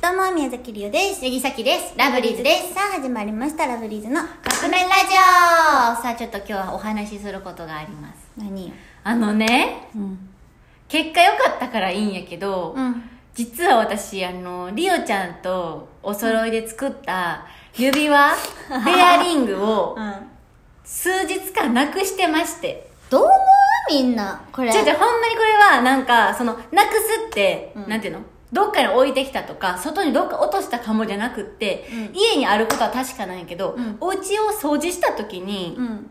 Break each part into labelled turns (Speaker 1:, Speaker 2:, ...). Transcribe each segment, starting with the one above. Speaker 1: どうも、宮崎りおです。
Speaker 2: 柳崎です。ラブリーズです。
Speaker 1: さあ、始まりました、ラブリーズの。
Speaker 2: カップ麺ラジオさあ、ちょっと今日はお話しすることがあります。
Speaker 1: 何よ。
Speaker 2: あのね、
Speaker 1: うん。
Speaker 2: 結果良かったからいいんやけど、
Speaker 1: うん。
Speaker 2: 実は私、あの、リオちゃんとお揃いで作った指輪、ペアリングを
Speaker 1: うん。
Speaker 2: 数日間なくしてまして。
Speaker 1: どう思うみんな、これ。
Speaker 2: じゃじゃほんまにこれは、なんか、その、なくすって、
Speaker 1: うん
Speaker 2: なんていうのどっかに置いてきたとか、外にどっか落としたかもじゃなくって、
Speaker 1: うん
Speaker 2: 家にあることは確かなんやけど、
Speaker 1: うん
Speaker 2: お家を掃除した時に、
Speaker 1: うん。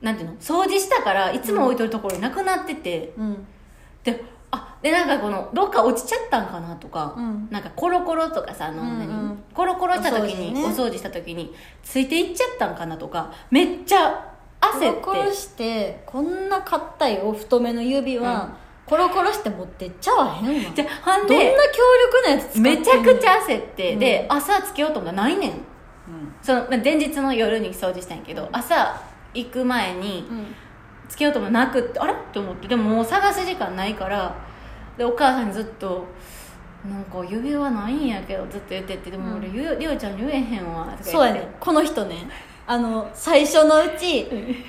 Speaker 2: なんていうの掃除したから、いつも置いとるところになくなってて、
Speaker 1: うん。
Speaker 2: で、あ、で、なんかこの、どっか落ちちゃったんかなとか、
Speaker 1: うん
Speaker 2: なんかコロコロとかさ、あの、
Speaker 1: うんうん
Speaker 2: 何コロコロした時
Speaker 1: お掃除
Speaker 2: に、
Speaker 1: ね
Speaker 2: お掃除した時に、ついていっちゃったんかなとか、めっちゃ焦って。
Speaker 1: コロコロして、こんな硬いお太めの指は、
Speaker 2: うん
Speaker 1: コロコロして持ってっちゃわへんわ。
Speaker 2: じゃあ、ほん
Speaker 1: どんな
Speaker 2: で、
Speaker 1: 強力なやつ使ってんの
Speaker 2: めちゃくちゃ焦って、
Speaker 1: うん
Speaker 2: で朝つけようと思ったらないねん
Speaker 1: うん。
Speaker 2: そのまあ前日の夜に掃除したんやけど朝行く前に
Speaker 1: うん。
Speaker 2: つけようともなくってあれって思ってでももう探す時間ないからでお母さんにずっと「なんか指輪ないんやけど」ずっと言ってて「でも俺、
Speaker 1: う
Speaker 2: ゆりょうちゃんに言えへんわ」とか言って
Speaker 1: そうやねこの人ねあの最初のうち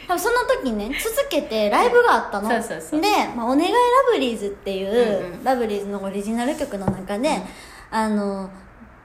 Speaker 1: 多分その時ね続けてライブがあったの
Speaker 2: そうそうそう
Speaker 1: で、まあ「お願いラブリーズ」っていう
Speaker 2: うんう、ん
Speaker 1: ラブリーズのオリジナル曲の中で、あの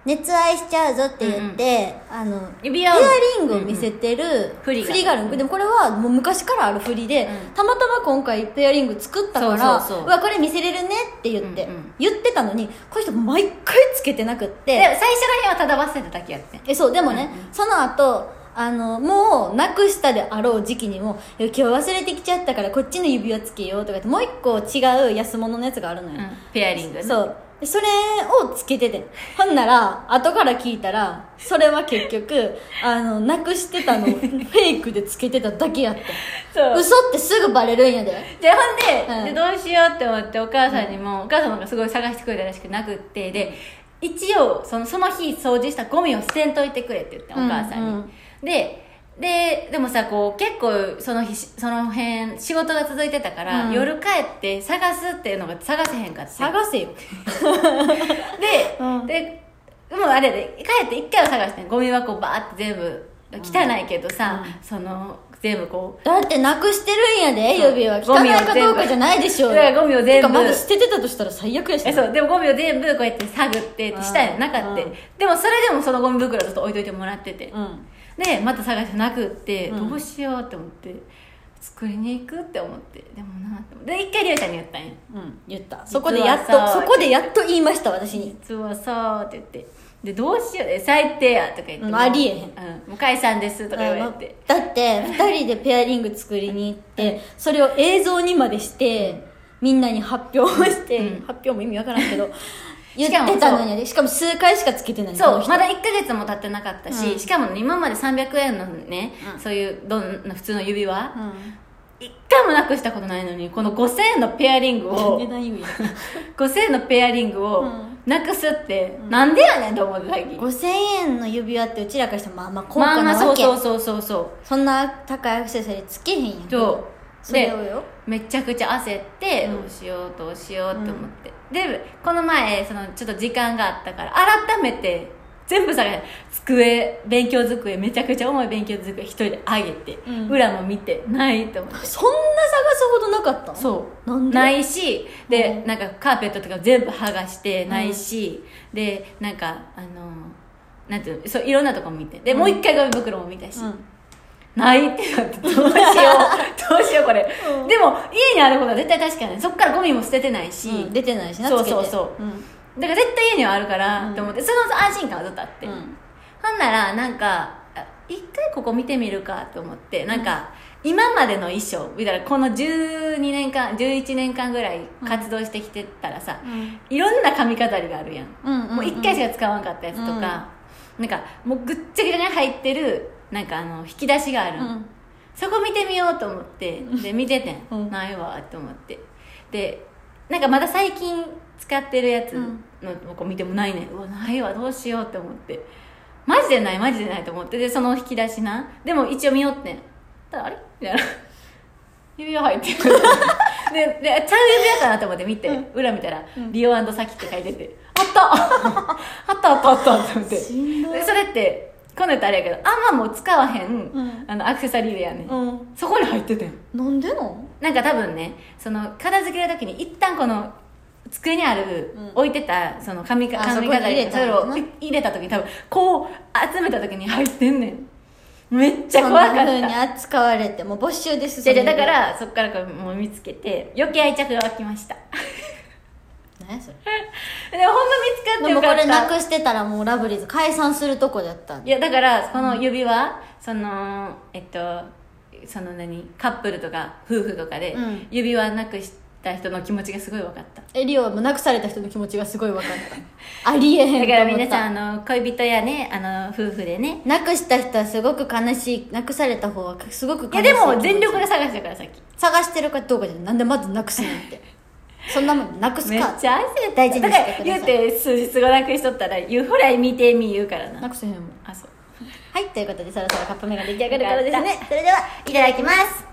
Speaker 1: 熱愛しちゃうぞって言って、あの
Speaker 2: 指
Speaker 1: イ
Speaker 2: 輪
Speaker 1: ヤ
Speaker 2: を
Speaker 1: リングを見せてる
Speaker 2: フリが
Speaker 1: フリがある、でもこれはもう昔からあるフリで、
Speaker 2: うん
Speaker 1: たまたま今回ペアリング作ったから
Speaker 2: そうそうそう
Speaker 1: わこれ見せれるねって言って、
Speaker 2: うんうん
Speaker 1: 言ってたのにこの人毎回つけてなくって
Speaker 2: で最初の辺はただ忘れただけやってん
Speaker 1: えそうでもね、
Speaker 2: うん
Speaker 1: その後あのもうなくしたであろう時期にも「いや今日忘れてきちゃったからこっちの指輪つけよう」とか言ってもう一個違う安物のやつがあるのよ、
Speaker 2: うんペアリングね
Speaker 1: そうでそれをつけててほんなら後から聞いたらそれは結 局あのなくしてたのをフェイクでつけてただけやって
Speaker 2: そう
Speaker 1: 嘘ってすぐバレるんやで
Speaker 2: でほんで,、
Speaker 1: うん
Speaker 2: でどうしようって思ってお母さんにも、お母様がすごい探してくれたらしくなくってで一応そのその日掃除したゴミを捨てんといてくれって言ってお母さんに、
Speaker 1: うんうん
Speaker 2: でででもさこう結構その日その辺仕事が続いてたから、
Speaker 1: うん
Speaker 2: 夜帰って探すっていうのが探せへんかって
Speaker 1: 探せよ
Speaker 2: で、
Speaker 1: うん
Speaker 2: でもうあれで帰って一回は探してんゴミ箱バーって全部汚いけどさ、その全部こう
Speaker 1: だってなくしてるんやで
Speaker 2: そう
Speaker 1: 指輪
Speaker 2: ゴ
Speaker 1: 汚
Speaker 2: ミ
Speaker 1: い
Speaker 2: を
Speaker 1: かどうかじゃないでしょうよ
Speaker 2: いやゴミを全部
Speaker 1: てかまだ捨ててたとしたら最悪やしな
Speaker 2: えそうでもゴミを全部こうやって探ってってしたんやなかって
Speaker 1: うん
Speaker 2: でもそれでもそのゴミ袋ずっと置いといてもらってて
Speaker 1: うん
Speaker 2: でまた探してなくって
Speaker 1: うん
Speaker 2: どうしようって思って作りに行くって思ってでもなって思ってで一回りょうちゃんに言ったんや
Speaker 1: うん、言った
Speaker 2: 実
Speaker 1: そ
Speaker 2: はさ
Speaker 1: こでやっとそこでやっと言いました私に
Speaker 2: 実はさーって言ってでどうしようえ最低やとか言って、
Speaker 1: うんありえへん
Speaker 2: うん、もう解散ですとか言われて
Speaker 1: だって2人でペアリング作りに行ってそれを映像にまでしてみんなに発表をして、
Speaker 2: うん
Speaker 1: 発表も意味わからんけど言
Speaker 2: しか
Speaker 1: っ
Speaker 2: も
Speaker 1: てたのにねしかも数回しかつけてないこ
Speaker 2: そ
Speaker 1: の
Speaker 2: う
Speaker 1: 人
Speaker 2: まだ1ヶ月も経ってなかったし、
Speaker 1: うん
Speaker 2: しかもね今まで300円のね、
Speaker 1: うん
Speaker 2: そういうどんな普通の指輪、
Speaker 1: う
Speaker 2: 一回もなくしたことないのにこの5000円のペアリングを
Speaker 1: ん値段意味ない
Speaker 2: 5000円のペアリング
Speaker 1: う
Speaker 2: を
Speaker 1: ん
Speaker 2: なくすって、なんでやねんと思って 最近
Speaker 1: 5000円の指輪ってうちらからしたらまあまあ高
Speaker 2: まあ
Speaker 1: 価
Speaker 2: まあ
Speaker 1: な
Speaker 2: そ
Speaker 1: わ
Speaker 2: う
Speaker 1: け、
Speaker 2: そうそうそうそ
Speaker 1: そんな高いアクセサリーつけへんやん
Speaker 2: うそ
Speaker 1: そうれ
Speaker 2: で
Speaker 1: をよ
Speaker 2: めちゃくちゃ焦って、
Speaker 1: うん
Speaker 2: どうしようどうしようって思って、でこの前そのちょっと時間があったから改めて全部探して机勉強机めちゃくちゃ重い勉強机一人で上げて、
Speaker 1: うん
Speaker 2: 裏も見てないと思って
Speaker 1: そんな探すほどなかったの
Speaker 2: そう
Speaker 1: なんで
Speaker 2: ないしで、
Speaker 1: う
Speaker 2: なんかカーペットとか全部剥がしてないし、でなんかあのなんていうのそういろんなとこ見てで、もう一回ゴミ袋も見たし、
Speaker 1: うん
Speaker 2: ないってなってどうし ようどうしようこれ、
Speaker 1: うん
Speaker 2: でも家にあることは絶対確かにそっからゴミも捨ててないし、
Speaker 1: うん出てないしな
Speaker 2: そう
Speaker 1: つけて
Speaker 2: そうそう
Speaker 1: うん
Speaker 2: だから絶対家にはあるから、
Speaker 1: うん
Speaker 2: と思ってその安心感はずっとあって、
Speaker 1: うん
Speaker 2: ほんならなんかあ一回ここ見てみるかと思ってなんか、今までの衣装みたいなこの12年間11年間ぐらい活動してきてたらさ、
Speaker 1: うん
Speaker 2: いろんな髪飾りがあるやん,、
Speaker 1: うんうん
Speaker 2: もう一回しか使わんかったやつとか、なんかもうぐっちゃぐちゃに入ってるなんかあの引き出しがある、
Speaker 1: うん
Speaker 2: そこ見てみようと思ってで見ててん、
Speaker 1: うん
Speaker 2: ないわって思ってでなんかまだ最近使ってるやつ
Speaker 1: うん
Speaker 2: のとこ見てもないねんうわないわどうしようって思ってマジでないマジでないと思ってでその引き出しなでも一応見よってんただあれみたいな 指輪入 ってるででちゃう指輪かなと思って見て、裏見たら「リオサキ」って書いてて「あった ったあったあったって思って
Speaker 1: しんどい
Speaker 2: でそれってこんなんやったらあれやけどあんまもう使わへん、
Speaker 1: ん
Speaker 2: あのアクセサリーでやね、ん
Speaker 1: うん
Speaker 2: そこに入っててん
Speaker 1: なんでなん
Speaker 2: なんか多分ねその片付ける時に一旦この机にある、
Speaker 1: うん
Speaker 2: 置いてたその髪か
Speaker 1: あ
Speaker 2: 髪
Speaker 1: そこに入れた
Speaker 2: それ
Speaker 1: の
Speaker 2: を
Speaker 1: な
Speaker 2: 入れた時に多分こう集めた時に入ってんねんめっちゃ怖かった
Speaker 1: そんな風に扱われてもう没収です
Speaker 2: じゃじゃだ
Speaker 1: そん
Speaker 2: か
Speaker 1: な
Speaker 2: らそこからこうもう見つけて余計愛着が湧きました
Speaker 1: 何 やそれ
Speaker 2: でもほんま見つかって
Speaker 1: で
Speaker 2: よ
Speaker 1: もこ
Speaker 2: かった
Speaker 1: れなくしてたらもうラブリーズ解散するとこだったん
Speaker 2: い
Speaker 1: で
Speaker 2: やだからこの指輪、そのえっとその何カップルとか夫婦とかで
Speaker 1: うん
Speaker 2: 指輪なくした人の気持ちがすごい分かった、
Speaker 1: えリオはもうなくされた人の気持ちがすごい 分かったありえへん
Speaker 2: だ
Speaker 1: と
Speaker 2: か
Speaker 1: 思
Speaker 2: ら
Speaker 1: った
Speaker 2: 皆さんあの恋人やねあの夫婦でね
Speaker 1: なくした人はすごく悲しいなくされた方はすごく悲
Speaker 2: い
Speaker 1: しい
Speaker 2: やでも全力で探したからさっき
Speaker 1: 探してるかどうかじゃないなんでまずなくすなん てそんなもんなくす
Speaker 2: めっ
Speaker 1: か
Speaker 2: ちゃ焦った
Speaker 1: 大事に
Speaker 2: だ
Speaker 1: してくださ
Speaker 2: か
Speaker 1: い
Speaker 2: ら言うて数日後なくしとったら「言うほら見てみ」言うから
Speaker 1: な
Speaker 2: な
Speaker 1: くせへんもん
Speaker 2: あそう
Speaker 1: はいということでそろそろカップ麺が出来上がるからですねそれではいただきます